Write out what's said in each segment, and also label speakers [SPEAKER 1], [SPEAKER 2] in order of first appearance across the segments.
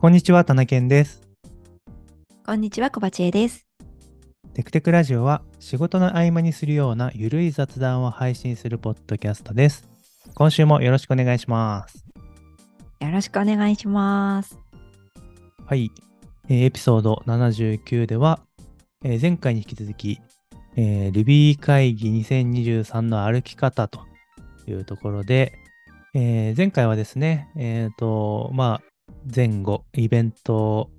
[SPEAKER 1] こんにちは、田中健です。
[SPEAKER 2] こんにちは、こばちえです。
[SPEAKER 1] テクテクラジオは仕事の合間にするようなゆるい雑談を配信するポッドキャストです。今週もよろしくお願いします。
[SPEAKER 2] よろしくお願いします。
[SPEAKER 1] はい。えーエピソード79では、えー前回に引き続き、えー Ruby 会議2023の歩き方というところで、えー前回はですね、えっ、と、まあ、前後、イベント、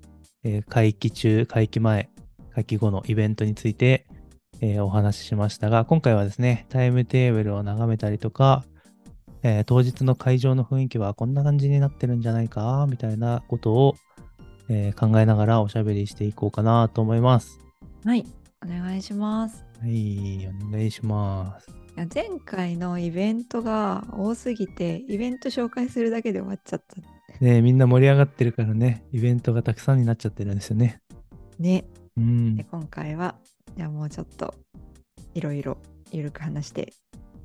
[SPEAKER 1] えー会期中、会期前、会期後のイベントについて、えーお話ししましたが、今回はですね、タイムテーブルを眺めたりとか、えー当日の会場の雰囲気はこんな感じになってるんじゃないか、みたいなことをえー考えながらおしゃべりしていこうかなと思います。
[SPEAKER 2] はい、お願いします。
[SPEAKER 1] はい、お願いします。
[SPEAKER 2] いや前回のイベントが多すぎて、イベント紹介するだけで終わっちゃった。
[SPEAKER 1] ねえみんな盛り上がってるからね、イベントがたくさんになっちゃってるんですよね。
[SPEAKER 2] ね。
[SPEAKER 1] うん
[SPEAKER 2] で、。今回は、じゃあもうちょっと、いろいろ、ゆるく話して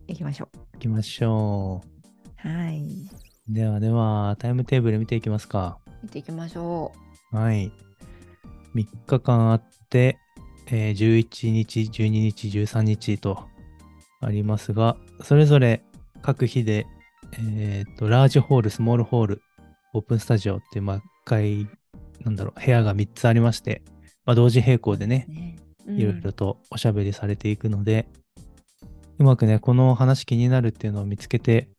[SPEAKER 2] いきましょ
[SPEAKER 1] 行きましょう。
[SPEAKER 2] う。はい。
[SPEAKER 1] ではでは、タイムテーブル見ていきますか。
[SPEAKER 2] 見ていきましょう。
[SPEAKER 1] はい。3日間あって、えー11日、12日、13日とありますが、それぞれ各日で、えっ、と、ラージホール、スモールホール、オープンスタジオっていう、まあ、会なんだろう、部屋が3つありまして、まあ、同時並行でね、
[SPEAKER 2] ね。
[SPEAKER 1] いろいろとおしゃべりされていくので、うまくね、この話気になるっていうのを見つけて、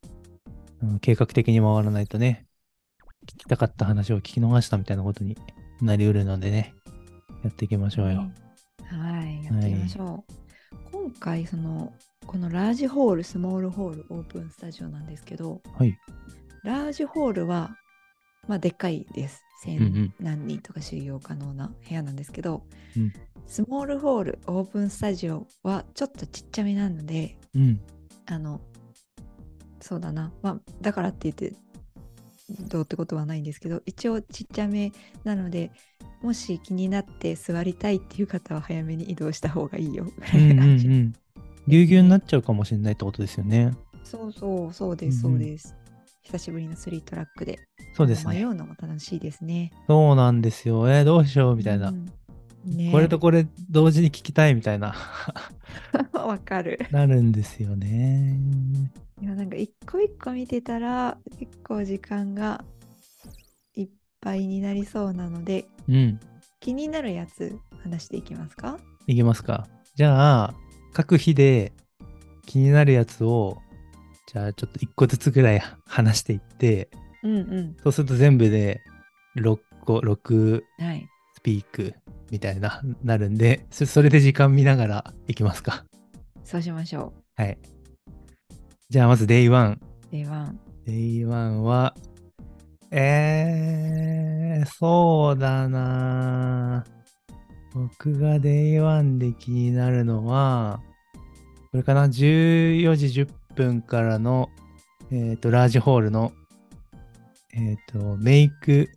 [SPEAKER 1] うん計画的に回らないとね、聞きたかった話を聞き逃したみたいなことになりうるのでね、やっていきましょうよ。
[SPEAKER 2] はい、やってみましょう。今回そのこのラージホール、スモールホール、オープンスタジオなんですけど、
[SPEAKER 1] はい
[SPEAKER 2] ラージホールはまあでっかいです。
[SPEAKER 1] うんう
[SPEAKER 2] 千
[SPEAKER 1] ん。
[SPEAKER 2] 何人とか収容可能な部屋なんですけど、
[SPEAKER 1] うん
[SPEAKER 2] スモールホール、オープンスタジオはちょっとちっちゃめなので、
[SPEAKER 1] うん。
[SPEAKER 2] あのそうだな、まあだからって言ってどうってことはないんですけど、一応ちっちゃめなので、もし気になって座りたいっていう方は早めに移動した方がいいよぐら
[SPEAKER 1] う
[SPEAKER 2] い
[SPEAKER 1] んうん
[SPEAKER 2] な
[SPEAKER 1] う
[SPEAKER 2] 感じ。
[SPEAKER 1] ん。ぎゅうぎゅうになっちゃうかもしれないってことですよね。
[SPEAKER 2] そうそう、そうです、
[SPEAKER 1] うん
[SPEAKER 2] そ
[SPEAKER 1] うん
[SPEAKER 2] うです。久しぶりのスリートラックで、
[SPEAKER 1] そうです
[SPEAKER 2] 迷
[SPEAKER 1] ね。
[SPEAKER 2] うのも楽しいですね。
[SPEAKER 1] そうなんですよ。えーどうしようみたいな。
[SPEAKER 2] うんね、
[SPEAKER 1] これとこれ同時に聞きたいみたいな、
[SPEAKER 2] わかる。
[SPEAKER 1] なるんですよね。
[SPEAKER 2] いやなんか一個一個見てたら結構時間がいっぱいになりそうなので
[SPEAKER 1] うん。
[SPEAKER 2] 気になるやつ話していきますか
[SPEAKER 1] いきますか。じゃあ、各日で気になるやつを、じゃあちょっと1個ずつぐらい話していって、
[SPEAKER 2] うんう
[SPEAKER 1] そうすると全部で6個、6
[SPEAKER 2] ん。はい。
[SPEAKER 1] スピークみたいな、なるんで、そそれで時間見ながらいきますか。
[SPEAKER 2] そうしましょ
[SPEAKER 1] はい。じゃあまず Day1。
[SPEAKER 2] う。では、
[SPEAKER 1] Day1 は、えー、そうだなぁ僕が Day1 で気になるのは、これかな、14時10分からの、えっ、と、ラージホールの、えっ、と、メイク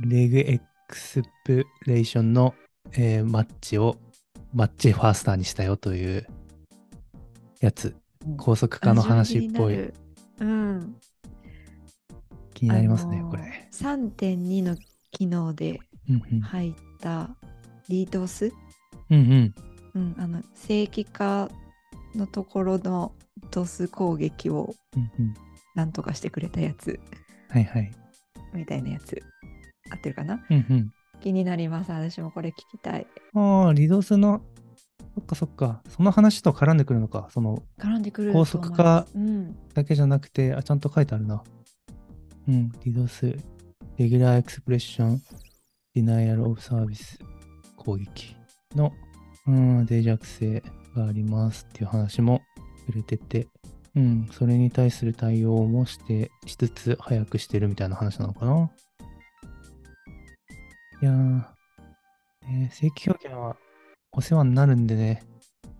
[SPEAKER 1] レグエクスプレーションの、えーマッチを、マッチファースターにしたよというやつ
[SPEAKER 2] うん。
[SPEAKER 1] 高速化の話
[SPEAKER 2] 味
[SPEAKER 1] っぽ
[SPEAKER 2] に
[SPEAKER 1] い
[SPEAKER 2] な。る。うん。
[SPEAKER 1] 気になりますね、
[SPEAKER 2] あのー
[SPEAKER 1] これ。。
[SPEAKER 2] 3.2の機能で
[SPEAKER 1] うんうん
[SPEAKER 2] 入ったリードス、
[SPEAKER 1] うんうん。
[SPEAKER 2] うん、あの正規化のところのドス攻撃を
[SPEAKER 1] うんうん。
[SPEAKER 2] なんとかしてくれたやつ
[SPEAKER 1] はいはい。
[SPEAKER 2] みたいなやつ合ってるかな
[SPEAKER 1] うん
[SPEAKER 2] 気になります私もこれ聞きたい
[SPEAKER 1] うん。ああ、リドースの、そっかそっか。その話と絡んでくるのか。その、
[SPEAKER 2] 絡んでくる
[SPEAKER 1] 高速化
[SPEAKER 2] と思います
[SPEAKER 1] だけじゃなくて、あ、ちゃんと書いてあるな。うん、リドース、レギュラーエクスプレッション、ディナイアルオブサービス、攻撃の、うん、脆弱性がありますっていう話も触れてて、うん、それに対する対応もして、しつつ早くしてるみたいな話なのかな。いやー、えー正規表現はお世話になるんでね、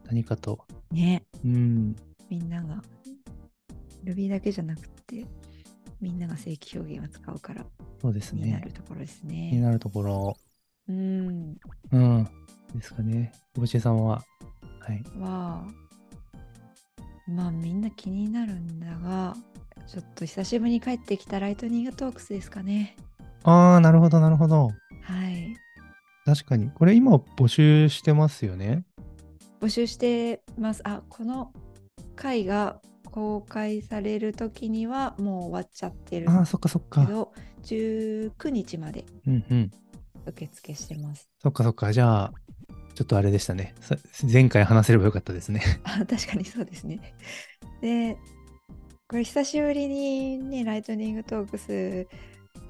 [SPEAKER 1] 何かと。
[SPEAKER 2] うんね
[SPEAKER 1] うん、
[SPEAKER 2] みんなが Ruby だけじゃなくてみんなが正規表現を使うから
[SPEAKER 1] そうです
[SPEAKER 2] 気にな
[SPEAKER 1] ね
[SPEAKER 2] る。ところです
[SPEAKER 1] 気に
[SPEAKER 2] ね
[SPEAKER 1] なるところ。
[SPEAKER 2] うん
[SPEAKER 1] うん。ですかね。おぼちえさんは。はい。
[SPEAKER 2] はまあみんな気になるんだがちょっと久しぶりに帰ってきたライトニングトークスですかね
[SPEAKER 1] ああ、なるほど、なるほど。
[SPEAKER 2] はい。
[SPEAKER 1] 確かに。これ今募集してますよね。
[SPEAKER 2] 募集してます。あ、この回が公開される時にはもう終わっちゃってる
[SPEAKER 1] ああ、そっかそっ
[SPEAKER 2] け
[SPEAKER 1] か。
[SPEAKER 2] ど、19日まで
[SPEAKER 1] うんうん。
[SPEAKER 2] 受付してます。
[SPEAKER 1] そっかそっか。じゃあ、ちょっとあれでしたね。さ前回話せればよかったですね。
[SPEAKER 2] あ確かにそうですね。で、これ久しぶりにね、ライトニングトークス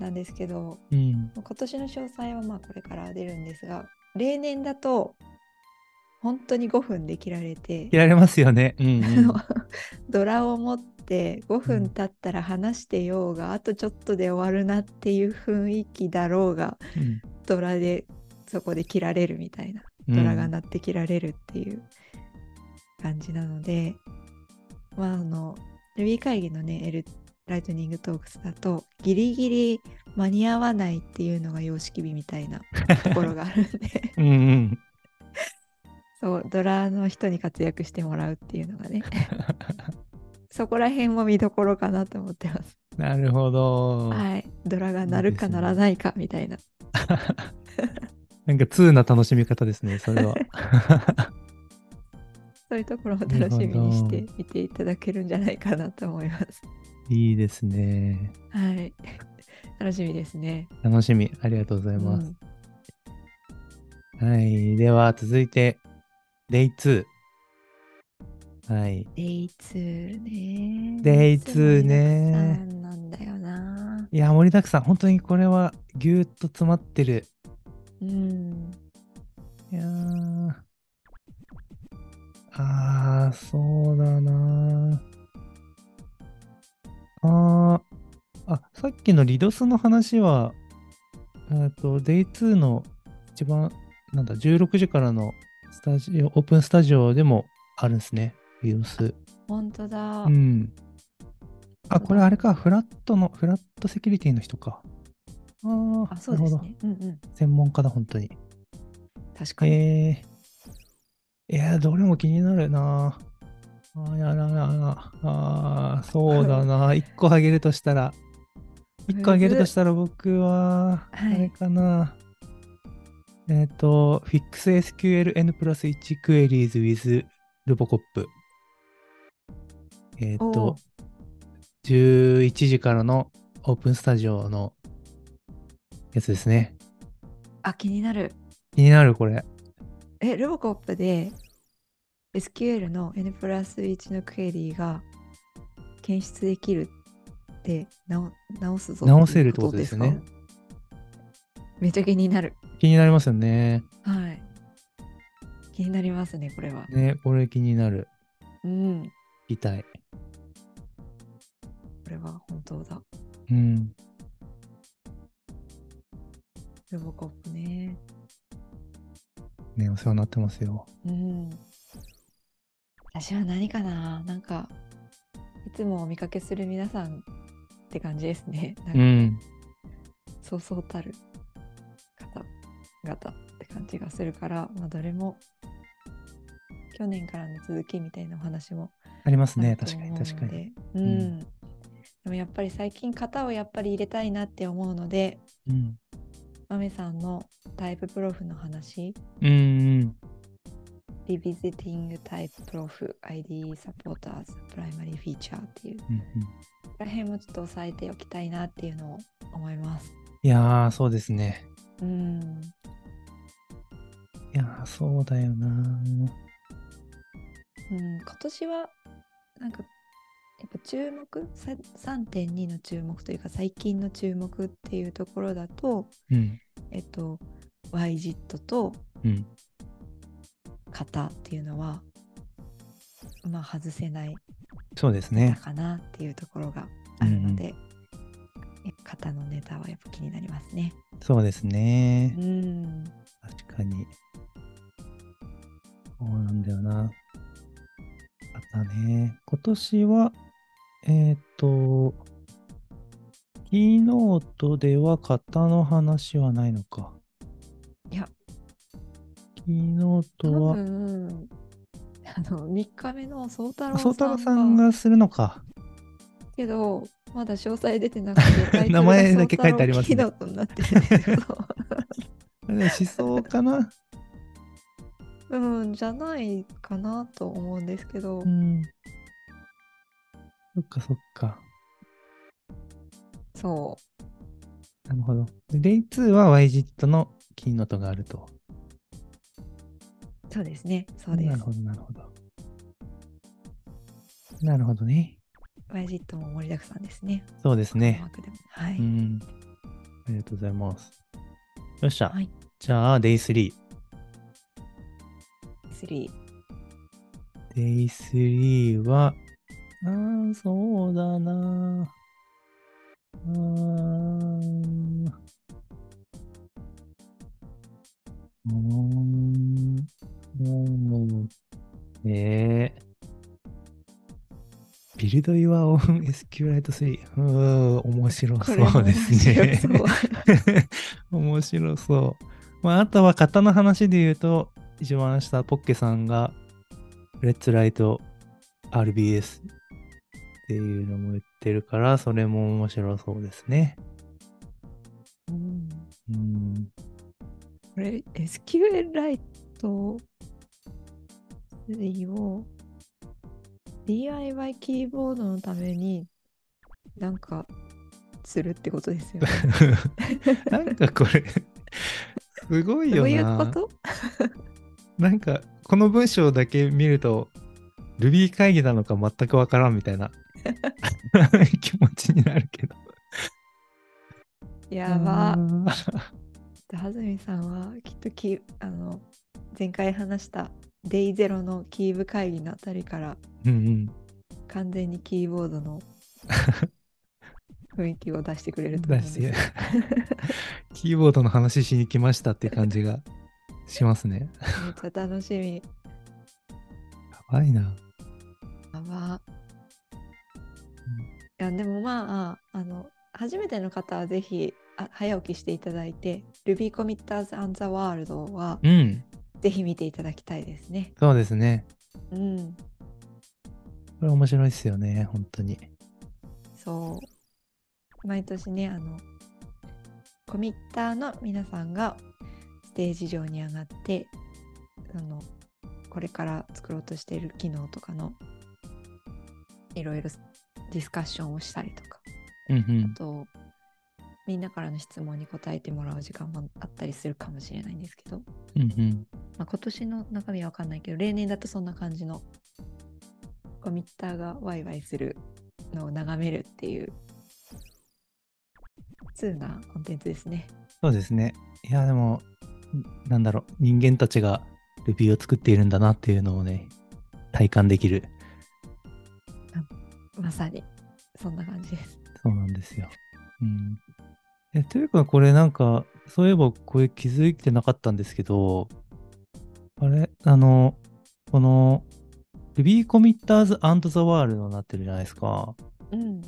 [SPEAKER 2] なんですけど、
[SPEAKER 1] うん。
[SPEAKER 2] 今年の詳細はまあこれから出るんですが、例年だと本当に5分で切られて
[SPEAKER 1] い、られますよね。うん、
[SPEAKER 2] あ
[SPEAKER 1] うん
[SPEAKER 2] の ドラを持って5
[SPEAKER 1] うん
[SPEAKER 2] 分経ったら話してようが、あとちょっとで終わるなっていう雰囲気だろうが、
[SPEAKER 1] うん。
[SPEAKER 2] ドラでそこで切られるみたいな。ドラが鳴って切られるっていう感じなので、まああの Ruby 会議のね、L、ライトニングトークスだとギリギリ間に合わないっていうのが様式日みたいなところがあるんで
[SPEAKER 1] うんうん。
[SPEAKER 2] そうドラの人に活躍してもらうっていうのがね そこら辺も見どころかなと思ってます。
[SPEAKER 1] なるほど。
[SPEAKER 2] はい、ドラが鳴るか
[SPEAKER 1] いいですね
[SPEAKER 2] 鳴らないかみたいな。
[SPEAKER 1] なんか通な楽しみ方ですね、そ れは。
[SPEAKER 2] そういうところを楽しみにし
[SPEAKER 1] な
[SPEAKER 2] て
[SPEAKER 1] る
[SPEAKER 2] 見ていただけるんじゃないかなと思います。
[SPEAKER 1] いいですね。
[SPEAKER 2] はい。 楽しみですね。
[SPEAKER 1] 楽しみ。ありがとうございます。
[SPEAKER 2] うん
[SPEAKER 1] はい。では、続いて、デイ2。はい。
[SPEAKER 2] デイツーね。
[SPEAKER 1] デイツーね
[SPEAKER 2] デイツーも盛りだくさんなんだよな。
[SPEAKER 1] いや、盛りだくさん。本当にこれは、ぎゅーっと詰まってる。
[SPEAKER 2] うん。
[SPEAKER 1] いやー。あー、そうだなー。あー、あ、さっきのリドスの話は、えっと、デイ2の一番、なんだ、16時からのスタジオ、オープンスタジオでもあるんですね、リドス。
[SPEAKER 2] 本当だ。
[SPEAKER 1] うん。あ、これあれか、フラットの、フラットセキュリティの人か。あー、
[SPEAKER 2] あ、そうで
[SPEAKER 1] なる
[SPEAKER 2] す
[SPEAKER 1] ほど。
[SPEAKER 2] ね。うんうん。
[SPEAKER 1] 専門家だ、本当に。
[SPEAKER 2] 確かに。
[SPEAKER 1] えー、いや、どれも気になるな。あーやらな。あーそうだ な。1個あげるとしたら、1個あげるとしたら僕は、あ
[SPEAKER 2] はい
[SPEAKER 1] れかな。えっ、と、FixSQLN プラス1 Queries with Robocop。えっ、
[SPEAKER 2] お
[SPEAKER 1] と
[SPEAKER 2] ー、
[SPEAKER 1] 11時からのオープンスタジオのやつですね。
[SPEAKER 2] あ、気になる。
[SPEAKER 1] 気になる、これ。
[SPEAKER 2] え、ルボコップで SQL の N プラス1のクエリーが検出できるって直直すぞ。
[SPEAKER 1] 直せるってことですね
[SPEAKER 2] か。めっちゃ気になる。
[SPEAKER 1] 気になりますよね。
[SPEAKER 2] はい。気になりますね、これは。
[SPEAKER 1] ね、これ気になる。
[SPEAKER 2] うん。
[SPEAKER 1] 聞きたい。
[SPEAKER 2] これは本当だ。
[SPEAKER 1] うん。
[SPEAKER 2] ロボコップね。
[SPEAKER 1] ね、お世話になってますよ。
[SPEAKER 2] うん。私は何かななんか、いつもお見かけする皆さんって感じですね。なん
[SPEAKER 1] う
[SPEAKER 2] か、
[SPEAKER 1] ん。
[SPEAKER 2] そうそうたる方々って感じがするから、まあ、どれも、去年からの続きみたいなお話も
[SPEAKER 1] ありますね。
[SPEAKER 2] あると
[SPEAKER 1] 確かに
[SPEAKER 2] 思う
[SPEAKER 1] 確かに。
[SPEAKER 2] ので。うん。でもやっぱり最近型をやっぱり入れたいなって思うので、
[SPEAKER 1] うん。
[SPEAKER 2] まめさんのタイププロフの話、
[SPEAKER 1] うんうん。
[SPEAKER 2] リビジティングタイププロフ ID サポーターズプライマリーフィーチャーっていうこ
[SPEAKER 1] うんうん
[SPEAKER 2] こら辺もちょっと押さえておきたいなっていうのを思います。
[SPEAKER 1] いやー、そうですね。
[SPEAKER 2] うん。
[SPEAKER 1] いやー、そうだよな
[SPEAKER 2] うん、今年はなんかやっぱ注目さ3.2の注目というか最近の注目っていうところだと、
[SPEAKER 1] うん。
[SPEAKER 2] えっと、YJIT と
[SPEAKER 1] うん。
[SPEAKER 2] 型っていうのは、まあ外せない
[SPEAKER 1] そうです
[SPEAKER 2] だ
[SPEAKER 1] ね。
[SPEAKER 2] かなっていうところがあるので、え型のネタはやっぱ気になりますね。
[SPEAKER 1] そうですね
[SPEAKER 2] う。ん、
[SPEAKER 1] 確かに。そうなんだよな。あったね。今年は、えっ、と、キーノートでは型の話はないのか。
[SPEAKER 2] いや、
[SPEAKER 1] キーノー
[SPEAKER 2] 多
[SPEAKER 1] トは、
[SPEAKER 2] 分あの3日目の宗太
[SPEAKER 1] あ、宗太
[SPEAKER 2] 郎
[SPEAKER 1] 郎
[SPEAKER 2] さ
[SPEAKER 1] さ
[SPEAKER 2] ん
[SPEAKER 1] ん
[SPEAKER 2] が
[SPEAKER 1] がするのか。
[SPEAKER 2] けどまだ詳細出てなくて、
[SPEAKER 1] 名前だけ書いてありますね
[SPEAKER 2] タイトルがソータローキーノートになってるん ですけど
[SPEAKER 1] あれ思想か な
[SPEAKER 2] うん、じゃないかなと思うんですけど
[SPEAKER 1] う、ん。そっかそっか。
[SPEAKER 2] そ
[SPEAKER 1] なるほど。で、レイ2は YGIT のキーノートがあると。
[SPEAKER 2] う、そうですね、そうで
[SPEAKER 1] な
[SPEAKER 2] す
[SPEAKER 1] る。ほど、なるほど。なるほどね。
[SPEAKER 2] ワイジットも盛りだくさんですね。
[SPEAKER 1] そうですね
[SPEAKER 2] マ。ークでもはい。
[SPEAKER 1] うん。ありがとうございます。よっしゃ。
[SPEAKER 2] はい
[SPEAKER 1] じゃあ、デイ3。
[SPEAKER 2] 3。
[SPEAKER 1] デイ3は、あー、そうだなあーうーん。うーん。えー。ビルド・ユア・オン・ SQLite 3。うーん、面白そうですね。
[SPEAKER 2] これも面白そ う
[SPEAKER 1] 面白そう。まあ、あとは型の話で言うと、一番下、ポッケさんが、レッツライト RBS っていうのも言ってるから、それも面白そうですね。
[SPEAKER 2] うん
[SPEAKER 1] うん。
[SPEAKER 2] これ、SQL ライト3を DIY キーボードのためになんかするってこと ですよね。
[SPEAKER 1] なんかこれ、すごい
[SPEAKER 2] ど
[SPEAKER 1] よな。
[SPEAKER 2] ういうこと
[SPEAKER 1] なんか、この文章だけ見ると、Ruby 会議なのか全くわからんみたい な 気持ちになるけど。
[SPEAKER 2] やば
[SPEAKER 1] あ。ー。
[SPEAKER 2] ではずみさんはきっとキーあの前回話したデイゼロのキーブ会議のあたりから
[SPEAKER 1] うんうん。
[SPEAKER 2] 完全にキーボード の雰囲気を出してくれると
[SPEAKER 1] だ
[SPEAKER 2] 思うんです
[SPEAKER 1] し
[SPEAKER 2] よ。
[SPEAKER 1] キーボードの話しに来ましたっていう感じがしますね。
[SPEAKER 2] めっちゃ楽しみ。
[SPEAKER 1] やばいな。
[SPEAKER 2] やば。いやでもまああの初めての方はぜひあ早起きしていただいて Ruby Committers and the World は
[SPEAKER 1] うん、
[SPEAKER 2] ぜひ見ていただきたいですね。
[SPEAKER 1] そうですね。
[SPEAKER 2] うん、
[SPEAKER 1] これ面白いですよね、本当に。
[SPEAKER 2] そう毎年ねあのコミッターの皆さんがステージ上に上がってあのこれから作ろうとしている機能とかのいろいろディスカッションをしたりとか
[SPEAKER 1] うん
[SPEAKER 2] あとみんなからの質問に答えてもらう時間もあったりするかもしれないんですけど、
[SPEAKER 1] うん。うんうん。
[SPEAKER 2] まあ、今年の中身は分かんないけど例年だとそんな感じのコミッターがワイワイするのを眺めるっていう通なコンテンツですね。
[SPEAKER 1] そうですね。いや、でも、んなんだろう、人間たちが Ruby を作っているんだなっていうのをね、体感できる。
[SPEAKER 2] まさにそんな感じです。
[SPEAKER 1] そうなんですよ。うん。え、というか、これなんか、そういえばこれ気づいてなかったんですけど、あれあの、この、Ruby Committers and the World になってるじゃないですか。
[SPEAKER 2] うん、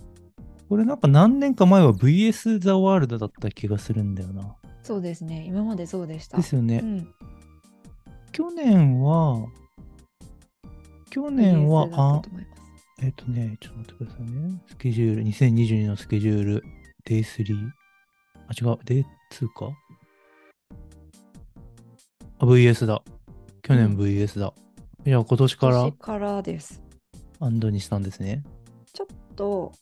[SPEAKER 1] これなんか何年か前は VS the World だった気がするんだよな。
[SPEAKER 2] そうですね。今までそうでした。
[SPEAKER 1] ですよね。
[SPEAKER 2] うん、
[SPEAKER 1] 去年は、去年は
[SPEAKER 2] BS だ
[SPEAKER 1] あ
[SPEAKER 2] ったと思います。
[SPEAKER 1] えっとね、ちょっと待ってくださいね。スケジュール、2022のスケジュール、デイ3。あ、違う、デイ2か。あ、VS だ。去
[SPEAKER 2] う
[SPEAKER 1] 年
[SPEAKER 2] ん
[SPEAKER 1] VS だ。いや、今年か
[SPEAKER 2] 今
[SPEAKER 1] ら
[SPEAKER 2] 年からです。
[SPEAKER 1] アンドにしたんですね。
[SPEAKER 2] ちょっと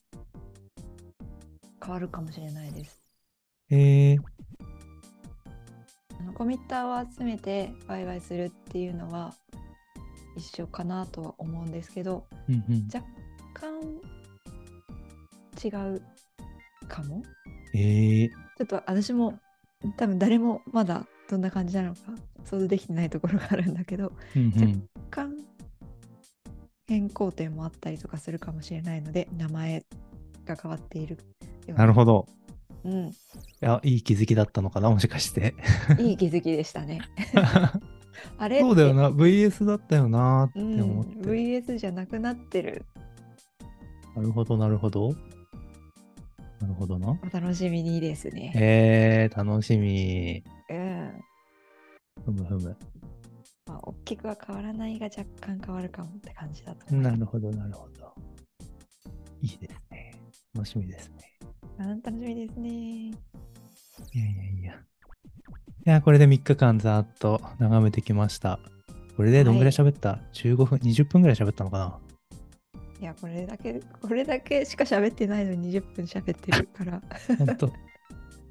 [SPEAKER 2] 変わるかもしれないです。
[SPEAKER 1] えー、
[SPEAKER 2] あのコミッターを集めてワイワイするっていうのは一緒かなとは思うんですけど
[SPEAKER 1] うんうん。
[SPEAKER 2] 若干違うかも
[SPEAKER 1] えー、
[SPEAKER 2] ちょっと私も多分誰もまだどんな感じなのか想像できてないところがあるんだけど
[SPEAKER 1] うんうん。
[SPEAKER 2] 若干変更点もあったりとかするかもしれないので名前が変わっているよう
[SPEAKER 1] なるほど。
[SPEAKER 2] うん、
[SPEAKER 1] いや、いい気づきだったのかな、もしかして。
[SPEAKER 2] いい気づきでし たねあれ
[SPEAKER 1] そうだよ
[SPEAKER 2] って
[SPEAKER 1] な、VS だったよなって
[SPEAKER 2] うん
[SPEAKER 1] 思って。
[SPEAKER 2] VS じゃなくなってる
[SPEAKER 1] なるほど、なるほど。なるほどな。
[SPEAKER 2] お楽しみにですね。
[SPEAKER 1] えー、楽しみ。
[SPEAKER 2] うん。
[SPEAKER 1] ふむふむ。
[SPEAKER 2] まあ、大きくは変わらないが若干変わるかもって感じだと思いま
[SPEAKER 1] な
[SPEAKER 2] す。
[SPEAKER 1] るほど、なるほど。いいですね。楽しみですね。
[SPEAKER 2] あ楽しみですね。
[SPEAKER 1] いやいやいや。いや、これで3日間ざーっと眺めてきました。これでどんぐらい喋った、?15 分、20分ぐらい喋ったのかない
[SPEAKER 2] や、これだけ、これだけしか喋ってないのに20分喋ってるから、 あっ
[SPEAKER 1] ほんと。あっ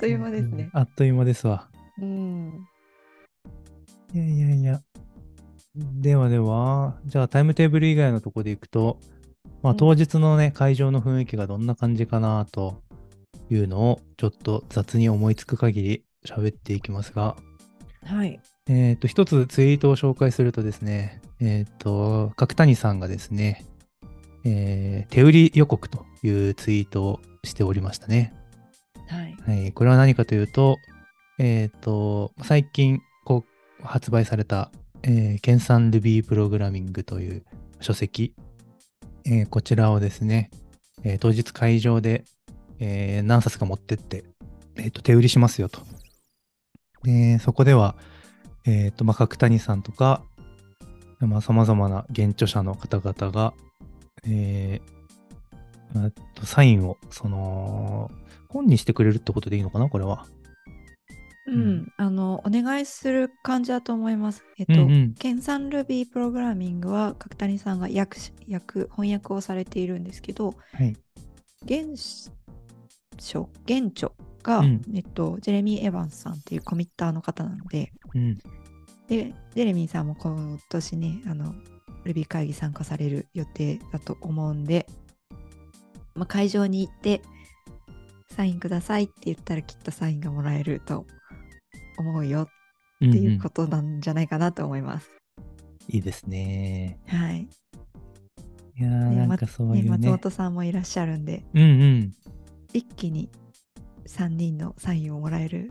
[SPEAKER 2] という間ですね。
[SPEAKER 1] あっという間ですわ。
[SPEAKER 2] うん。
[SPEAKER 1] いやいやいや。ではでは、じゃあタイムテーブル以外のとこでいくと、まあ、
[SPEAKER 2] うん
[SPEAKER 1] 当日のね、会場の雰囲気がどんな感じかなというのを、ちょっと雑に思いつく限り喋っていきますが、
[SPEAKER 2] はい。
[SPEAKER 1] えっ、と、一つツイートを紹介するとですね、えっ、と、角谷さんがですね、えー手売り予告というツイートをしておりましたね。
[SPEAKER 2] はい。
[SPEAKER 1] はい、これは何かというと、えっ、と、最近こう発売された、えー、研鑽 Ruby プログラミングという書籍、えーこちらをですね、えー当日会場で、えー何冊か持ってって、えーと手売りしますよと。でそこでは、えっ、と、まあ、角谷さんとか、まあ、様々な現著者の方々が、えーまあとサインを、その、本にしてくれるってことでいいのかなこれは。
[SPEAKER 2] うん、あの、お願いする感じだと思います。えっと、
[SPEAKER 1] うんうん
[SPEAKER 2] 研鑽 Ruby プログラミングは角谷さんが訳し訳翻訳をされているんですけど、
[SPEAKER 1] はい
[SPEAKER 2] 現書現著が、
[SPEAKER 1] うん
[SPEAKER 2] えっと、ジェレミー・エヴァンスさんっていうコミッターの方なので
[SPEAKER 1] うん。
[SPEAKER 2] でジェレミーさんも今年ねあの Ruby 会議参加される予定だと思うんで、まあ、会場に行ってサインくださいって言ったらきっとサインがもらえると思うよっ
[SPEAKER 1] うん
[SPEAKER 2] ていう
[SPEAKER 1] うん
[SPEAKER 2] ことなんじゃないかなと思います。
[SPEAKER 1] いいですね。
[SPEAKER 2] はい
[SPEAKER 1] いやー
[SPEAKER 2] ね
[SPEAKER 1] なん
[SPEAKER 2] ま
[SPEAKER 1] かそういう
[SPEAKER 2] ね、松
[SPEAKER 1] ね。
[SPEAKER 2] 本さんもいらっしゃるんで
[SPEAKER 1] うんうん。
[SPEAKER 2] 一気に3人のサインをもらえる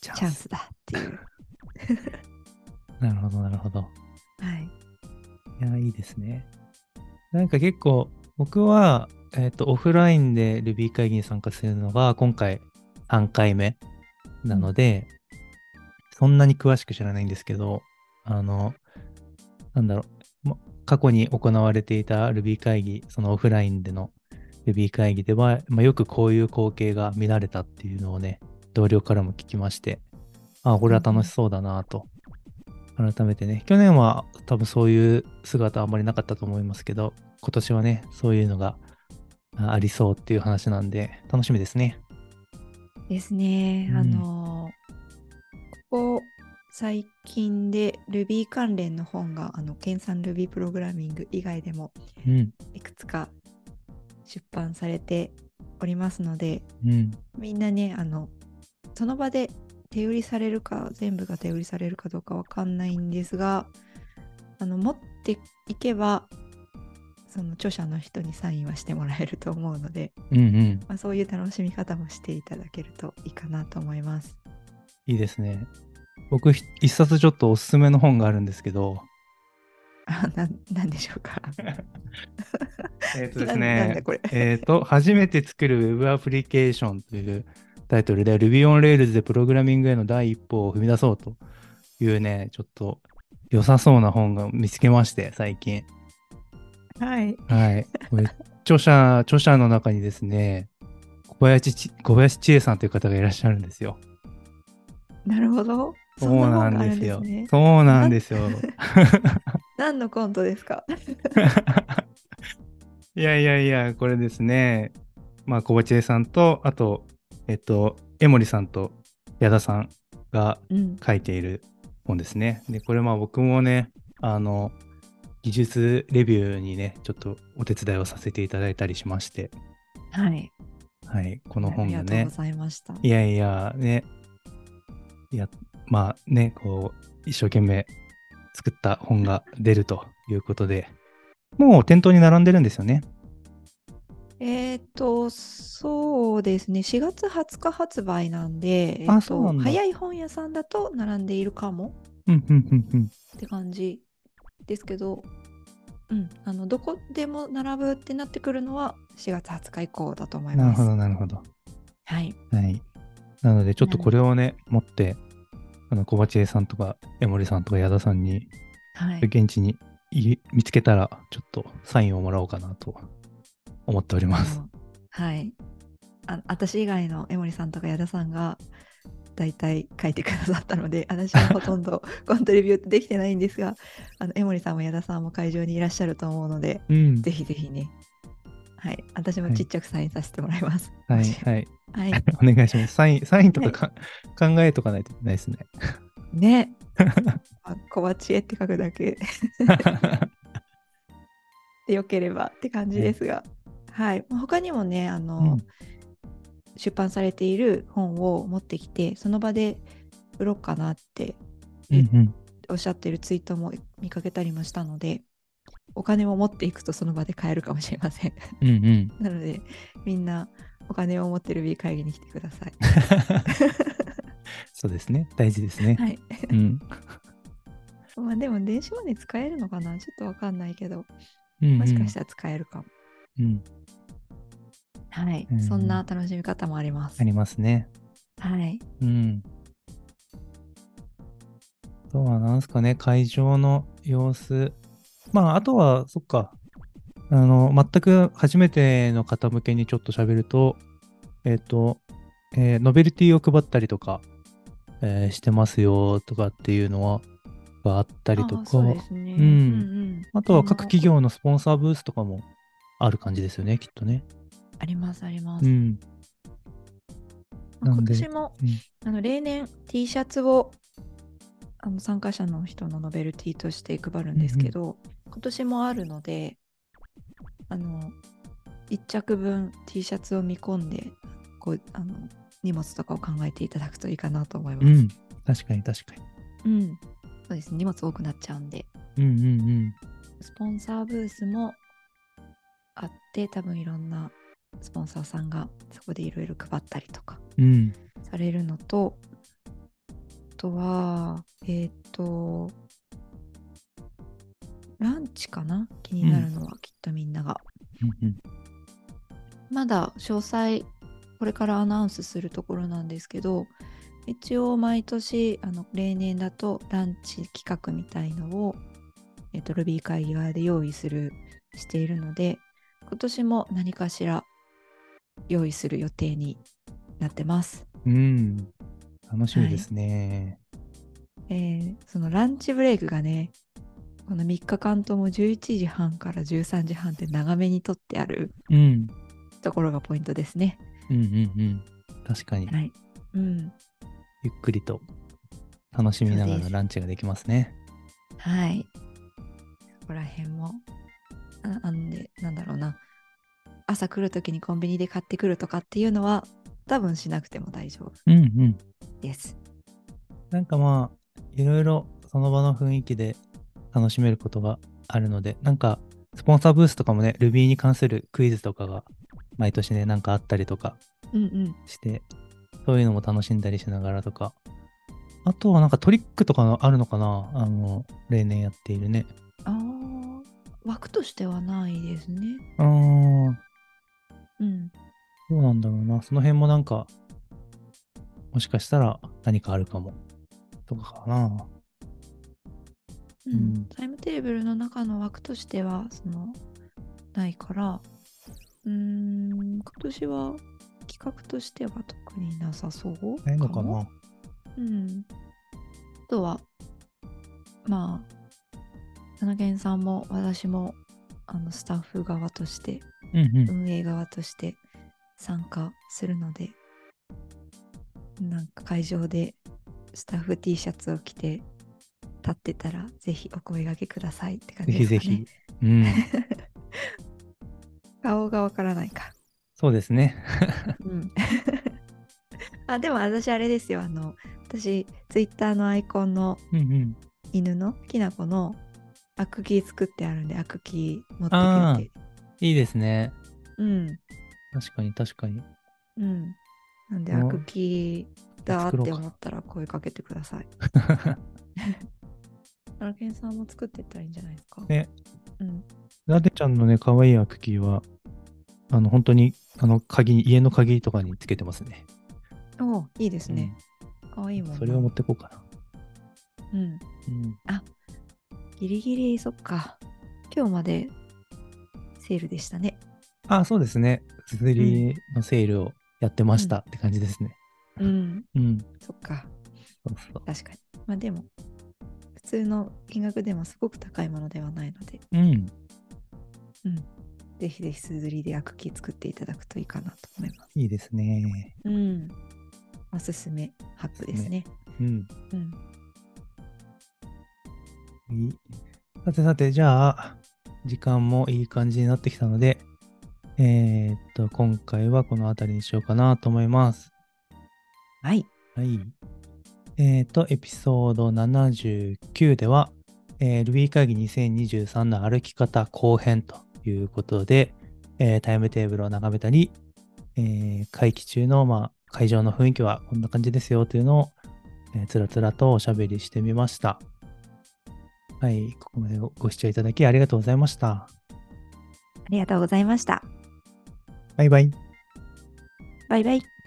[SPEAKER 1] チ
[SPEAKER 2] チャン。スだっていう。
[SPEAKER 1] なるほど、なるほど。
[SPEAKER 2] はい、
[SPEAKER 1] いやーいいですね。なんか結構、僕は、えっ、と、オフラインで Ruby 会議に参加するのが、今回3回目なので、そんなに詳しく知らないんですけど、あの、なんだろう、ま過去に行われていた Ruby 会議、そのオフラインでの Ruby 会議では、まあ、よくこういう光景が見られたっていうのをね、同僚からも聞きまして、あこれは楽しそうだなと、改めてね、去年は多分そういう姿あんまりなかったと思いますけど、今年はね、そういうのがあありそうっていう話なんで、楽しみですね。
[SPEAKER 2] ですね。
[SPEAKER 1] うん
[SPEAKER 2] あのーここ最近で Ruby 関連の本があの研鑽 Ruby プログラミング以外でも
[SPEAKER 1] うん、
[SPEAKER 2] いくつか出版されておりますので
[SPEAKER 1] うん、
[SPEAKER 2] みんなねあのその場で手売りされるか全部が手売りされるかどうかわかんないんですがあの持っていけばその著者の人にサインはしてもらえると思うので、
[SPEAKER 1] うん、うん。
[SPEAKER 2] まあ、そういう楽しみ方もしていただけるといいかなと思います。
[SPEAKER 1] いいですね。僕、ひ一冊ちょっとおすすめの本があるんですけど、
[SPEAKER 2] あななんでしょうか。
[SPEAKER 1] えっ、とです
[SPEAKER 2] ななんだ
[SPEAKER 1] ね、
[SPEAKER 2] これ。
[SPEAKER 1] えっと、初めて作る Web アプリケーションというタイトルで Ruby on Rails でプログラミングへの第一歩を踏み出そうというね、ちょっと良さそうな本が見つけまして、最近。
[SPEAKER 2] はい。
[SPEAKER 1] はい。これ著者、 著者の中にですね、小林ち、小林千恵さんという方がいらっしゃるんですよ。
[SPEAKER 2] なるほど。そんな本があるんですね。
[SPEAKER 1] そうなんですよ。そうなん ですよ。
[SPEAKER 2] 何のコントですか。
[SPEAKER 1] いやいやいや、これですね。まあ、小林恵さんと、あと、えっと、江森さんと矢田さんが
[SPEAKER 2] うん。
[SPEAKER 1] 書いている本ですね。で、これまあ僕もね、あの、技術レビューにね、ちょっとお手伝いをさせていただいたりしまして、
[SPEAKER 2] はい。
[SPEAKER 1] はい、この
[SPEAKER 2] あ
[SPEAKER 1] 本
[SPEAKER 2] り
[SPEAKER 1] が
[SPEAKER 2] がとう
[SPEAKER 1] ね
[SPEAKER 2] ご、ざいました。
[SPEAKER 1] いやいや、ね。いや、まあね、こう、一生懸命作った本が出るということで、もう店頭に並んでるんですよね。
[SPEAKER 2] えっ、と、そうですね。4月20日発売なんで、
[SPEAKER 1] あ
[SPEAKER 2] えーと
[SPEAKER 1] そうなんだ
[SPEAKER 2] 早い本屋さんだと並んでいるかも
[SPEAKER 1] うん、うん、うん、うん。
[SPEAKER 2] って感じですけど、うん、あのどこでも並ぶってなってくるのは4月20日以降だと思い
[SPEAKER 1] なる
[SPEAKER 2] ま
[SPEAKER 1] ほ
[SPEAKER 2] す。
[SPEAKER 1] ど、なるほど。
[SPEAKER 2] はい。
[SPEAKER 1] はい。なので、ちょっと
[SPEAKER 2] なる
[SPEAKER 1] これをね、持って、あの、小鉢江さんとか、江森さんとか、矢田さんに、
[SPEAKER 2] はい。
[SPEAKER 1] 現地にい見つけたら、ちょっとサインをもらおうかなと思っております。
[SPEAKER 2] あのはいあ私以外の江森さんとか矢田さんが大体書いてくださったので私はほと んどコントリビュートできてないんですがあの江森さんも矢田さんも会場にいらっしゃると思うので
[SPEAKER 1] うん。
[SPEAKER 2] ぜひぜひねはい私も
[SPEAKER 1] はい
[SPEAKER 2] ちっちゃくサインさせてもらいます
[SPEAKER 1] はい、
[SPEAKER 2] もし
[SPEAKER 1] はい。
[SPEAKER 2] はい、
[SPEAKER 1] お願いします。サイン、サインとかか考えとかないといけない ですね。
[SPEAKER 2] ねあ小鉢絵って書くだけ でよければって感じですが、はい、まあ他にもねあの、
[SPEAKER 1] うん
[SPEAKER 2] 出版されている本を持ってきてその場で売ろうかなって
[SPEAKER 1] うんうん。
[SPEAKER 2] おっしゃってるツイートも見かけたりもしたのでお金を持っていくとその場で買えるかもしれません
[SPEAKER 1] うんうん。
[SPEAKER 2] なのでみんなお金を持ってルビー会議に来てくだ さい
[SPEAKER 1] そうですね。大事ですね。
[SPEAKER 2] はい
[SPEAKER 1] うん。
[SPEAKER 2] まあでも電子マネー使えるのかなちょっとわかんないけど
[SPEAKER 1] うんうん
[SPEAKER 2] もしかしたら使えるかも、
[SPEAKER 1] うん。
[SPEAKER 2] はい、
[SPEAKER 1] うん
[SPEAKER 2] そんな楽しみ方もあります
[SPEAKER 1] ありますね。
[SPEAKER 2] はい
[SPEAKER 1] うん。あとは、なんすかね、会場の様子。まあ、あとは、そっか。あの、全く初めての方向けにちょっと喋ると、えっ、と、えーノベルティを配ったりとか、えーしてますよとかっていうのは、があったりと
[SPEAKER 2] あー
[SPEAKER 1] か、
[SPEAKER 2] そうですね、
[SPEAKER 1] うん
[SPEAKER 2] ん
[SPEAKER 1] あとは
[SPEAKER 2] あ
[SPEAKER 1] 各
[SPEAKER 2] の
[SPEAKER 1] 企業のスポンサーブースとかもある感じですよね、きっとね。
[SPEAKER 2] ありますあります、
[SPEAKER 1] うん。
[SPEAKER 2] ま
[SPEAKER 1] な
[SPEAKER 2] あ
[SPEAKER 1] ん
[SPEAKER 2] 今
[SPEAKER 1] で
[SPEAKER 2] 年も、
[SPEAKER 1] うん
[SPEAKER 2] あの例年 T シャツをあの参加者の人のノベルティとして配るんですけど、今年もあるのであの1着分 T シャツを見込んでこうあの荷物とかを考えていただくといいかなと思います。
[SPEAKER 1] うん。確かに確か
[SPEAKER 2] うんそうですね荷物多くなっちゃうんで
[SPEAKER 1] に。うんうんうん。
[SPEAKER 2] スポンサーブースもあって多分いろんなスポンサーさんがそこでいろいろ配ったりとか
[SPEAKER 1] うん。
[SPEAKER 2] されるのと、あとは、えっ、と、ランチかな気になるのは、きっとみんなが。
[SPEAKER 1] うんうん
[SPEAKER 2] まだ詳細、これからアナウンスするところなんですけど、一応毎年、あの例年だとランチ企画みたいのを、えっ、と、Ruby 会議側で用意する、しているので、今年も何かしら用意する予定になってます。
[SPEAKER 1] うん。楽しみですね。
[SPEAKER 2] えーそのランチブレイクがねこの3日間とも11時半から13時半って長めにとってある
[SPEAKER 1] うん。
[SPEAKER 2] ところがポイントですね。
[SPEAKER 1] うんうんうん。確かに、
[SPEAKER 2] い、うん
[SPEAKER 1] ゆっくりと楽しみなが
[SPEAKER 2] そうで
[SPEAKER 1] ら
[SPEAKER 2] す
[SPEAKER 1] ランチができますね。
[SPEAKER 2] はい、そこら辺もああんでなんだろうな朝来る時にコンビニで買ってくるとかっていうのは多分しなくても大丈夫
[SPEAKER 1] うんうん。
[SPEAKER 2] です。
[SPEAKER 1] なんかまあ、いろいろその場の雰囲気で楽しめることがあるので、なんか、スポンサーブースとかもね、Ruby に関するクイズとかが毎年ね、なんかあったりとか
[SPEAKER 2] うんうん、
[SPEAKER 1] して、そういうのも楽しんだりしながらとか、あとはなんかトリックとかのあるのかなあの、例年やっているね。
[SPEAKER 2] あー枠としてはないですね。
[SPEAKER 1] あー、
[SPEAKER 2] うん、
[SPEAKER 1] どうなんだろうな。その辺もなんか、もしかしたら何かあるかも。とかかな。う
[SPEAKER 2] うん
[SPEAKER 1] ん
[SPEAKER 2] タイムテーブルの中の枠としてはそのないからうーん今年は企画としては特になさそう
[SPEAKER 1] ないのか
[SPEAKER 2] も
[SPEAKER 1] な
[SPEAKER 2] うん、あとはまあ七軒さんも私もあのスタッフ側として
[SPEAKER 1] うんうん。
[SPEAKER 2] 運営側として参加するのでなんか会場でスタッフ T シャツを着て立ってたらぜひお声掛けくださいって感
[SPEAKER 1] ぜ
[SPEAKER 2] じ
[SPEAKER 1] ひ
[SPEAKER 2] です
[SPEAKER 1] ぜ
[SPEAKER 2] かね。
[SPEAKER 1] ひ。 うん。
[SPEAKER 2] 顔がわからないか。
[SPEAKER 1] そうですね。
[SPEAKER 2] うん、 あでも私あれですよあの私ツイッターのアイコンの
[SPEAKER 1] うんうん。
[SPEAKER 2] 犬のきなこのアクキー作ってあるんでアクキー持ってきて。
[SPEAKER 1] いいですね。
[SPEAKER 2] うん
[SPEAKER 1] 確かに確かに。
[SPEAKER 2] うん。なんで、
[SPEAKER 1] う
[SPEAKER 2] ア
[SPEAKER 1] ん
[SPEAKER 2] クキーだ
[SPEAKER 1] 作ろ
[SPEAKER 2] っ
[SPEAKER 1] う
[SPEAKER 2] て
[SPEAKER 1] か
[SPEAKER 2] 思ったら声かけてください。アラケンさんも作ってったらいいんじゃないですか。
[SPEAKER 1] ね。
[SPEAKER 2] うん。
[SPEAKER 1] ラテちゃんのね、可愛いアクキーは、あの、本当に、あの、鍵に、家の鍵とかにつけてますね。
[SPEAKER 2] おういいですね。かわいいもん
[SPEAKER 1] う
[SPEAKER 2] な。
[SPEAKER 1] んそれを持ってこうかな。
[SPEAKER 2] うん。
[SPEAKER 1] うん。
[SPEAKER 2] ギリギリ、そっか。今日までセールでしたね。
[SPEAKER 1] あ、そうですね。すずりのセールをやってましたって感じですね。
[SPEAKER 2] うん、
[SPEAKER 1] うん。
[SPEAKER 2] そっか、
[SPEAKER 1] そうそう。
[SPEAKER 2] 確かに。まあでも、普通の金額でもすごく高いものではないので、
[SPEAKER 1] うん。
[SPEAKER 2] うん、ぜひぜひすずりでアクキー作っていただくといいかなと思います。
[SPEAKER 1] いいですね。
[SPEAKER 2] うん、おすすめハップですね。
[SPEAKER 1] うん。
[SPEAKER 2] うん、
[SPEAKER 1] いいさてさて、じゃあ、時間もいい感じになってきたので、えーっと、今回はこの辺りにしようかなと思います。
[SPEAKER 2] はい、
[SPEAKER 1] はい。えーっと、エピソード79では、えー Ruby 会議2023の歩き方後編ということで、えータイムテーブルを眺めたり、えー会期中の、まあ、会場の雰囲気はこんな感じですよというのを、えーつらつらとおしゃべりしてみました。はい、ここまでごご視聴いただきありがとうございました。
[SPEAKER 2] ありがとうございました。
[SPEAKER 1] バイバイ。
[SPEAKER 2] バイバイ。